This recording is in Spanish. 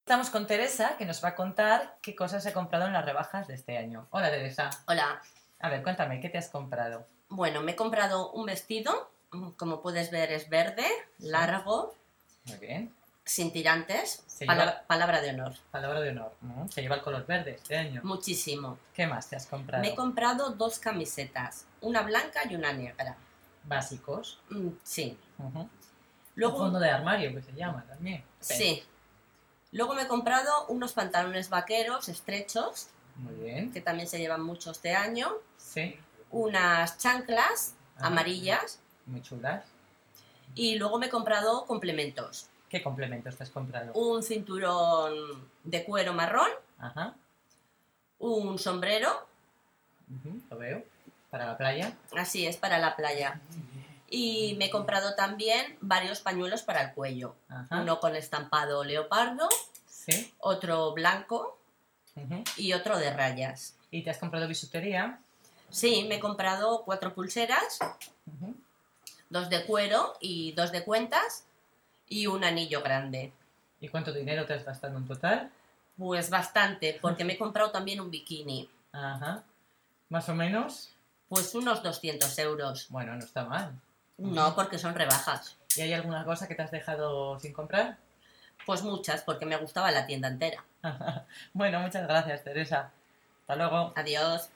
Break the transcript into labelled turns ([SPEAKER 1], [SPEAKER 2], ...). [SPEAKER 1] estamos con Teresa, que nos va a contar qué cosas he comprado en las rebajas de este año. Hola, Teresa.
[SPEAKER 2] Hola.
[SPEAKER 1] A ver, cuéntame, ¿qué te has comprado?
[SPEAKER 2] Bueno, me he comprado un vestido, mm, como puedes ver es verde, largo,
[SPEAKER 1] Muy bien.
[SPEAKER 2] sin tirantes,
[SPEAKER 1] Se
[SPEAKER 2] Pala-
[SPEAKER 1] lleva-
[SPEAKER 2] palabra de honor,
[SPEAKER 1] Palabra de honor. ¿no? Se lleva el color verde este año.
[SPEAKER 2] muchísimo.
[SPEAKER 1] ¿Qué más te has comprado?
[SPEAKER 2] Me he comprado dos camisetas, una blanca y una negra.
[SPEAKER 1] Básicos.
[SPEAKER 2] Mm, sí.
[SPEAKER 1] Ujú.
[SPEAKER 2] Luego,
[SPEAKER 1] Un fondo de armario, que se llama también.
[SPEAKER 2] sí. Luego me he comprado unos pantalones vaqueros estrechos,
[SPEAKER 1] Muy bien.
[SPEAKER 2] que también se llevan mucho este año,
[SPEAKER 1] Sí.
[SPEAKER 2] unas chanclas
[SPEAKER 1] Ah,
[SPEAKER 2] amarillas
[SPEAKER 1] Muy chulas.
[SPEAKER 2] y luego me he comprado complementos.
[SPEAKER 1] ¿Qué complementos te has comprado?
[SPEAKER 2] Un cinturón de cuero marrón,
[SPEAKER 1] Ajá.
[SPEAKER 2] un sombrero,
[SPEAKER 1] Ujú, Lo veo. Para la playa.
[SPEAKER 2] así es para la playa. Y me he comprado también varios pañuelos para el cuello.
[SPEAKER 1] Ajá.
[SPEAKER 2] Uno con estampado leopardo,
[SPEAKER 1] Sí.
[SPEAKER 2] otro blanco
[SPEAKER 1] Ujú.
[SPEAKER 2] y otro de rayas.
[SPEAKER 1] ¿Y te has comprado bisutería?
[SPEAKER 2] Sí, me he comprado cuatro pulseras,
[SPEAKER 1] Ujú.
[SPEAKER 2] dos de cuero y dos de cuentas y un anillo grande.
[SPEAKER 1] ¿Y cuánto dinero te has gastado en total?
[SPEAKER 2] Pues bastante, porque me he comprado también un bikini.
[SPEAKER 1] Ajá. Más o menos.
[SPEAKER 2] Pues unos 200 euros.
[SPEAKER 1] Bueno, no está mal.
[SPEAKER 2] No, porque son rebajas.
[SPEAKER 1] ¿Y hay alguna cosa que te has dejado sin comprar?
[SPEAKER 2] Pues muchas, porque me gustaba la tienda entera.
[SPEAKER 1] Bueno, muchas gracias, Teresa. Hasta luego.
[SPEAKER 2] Adiós.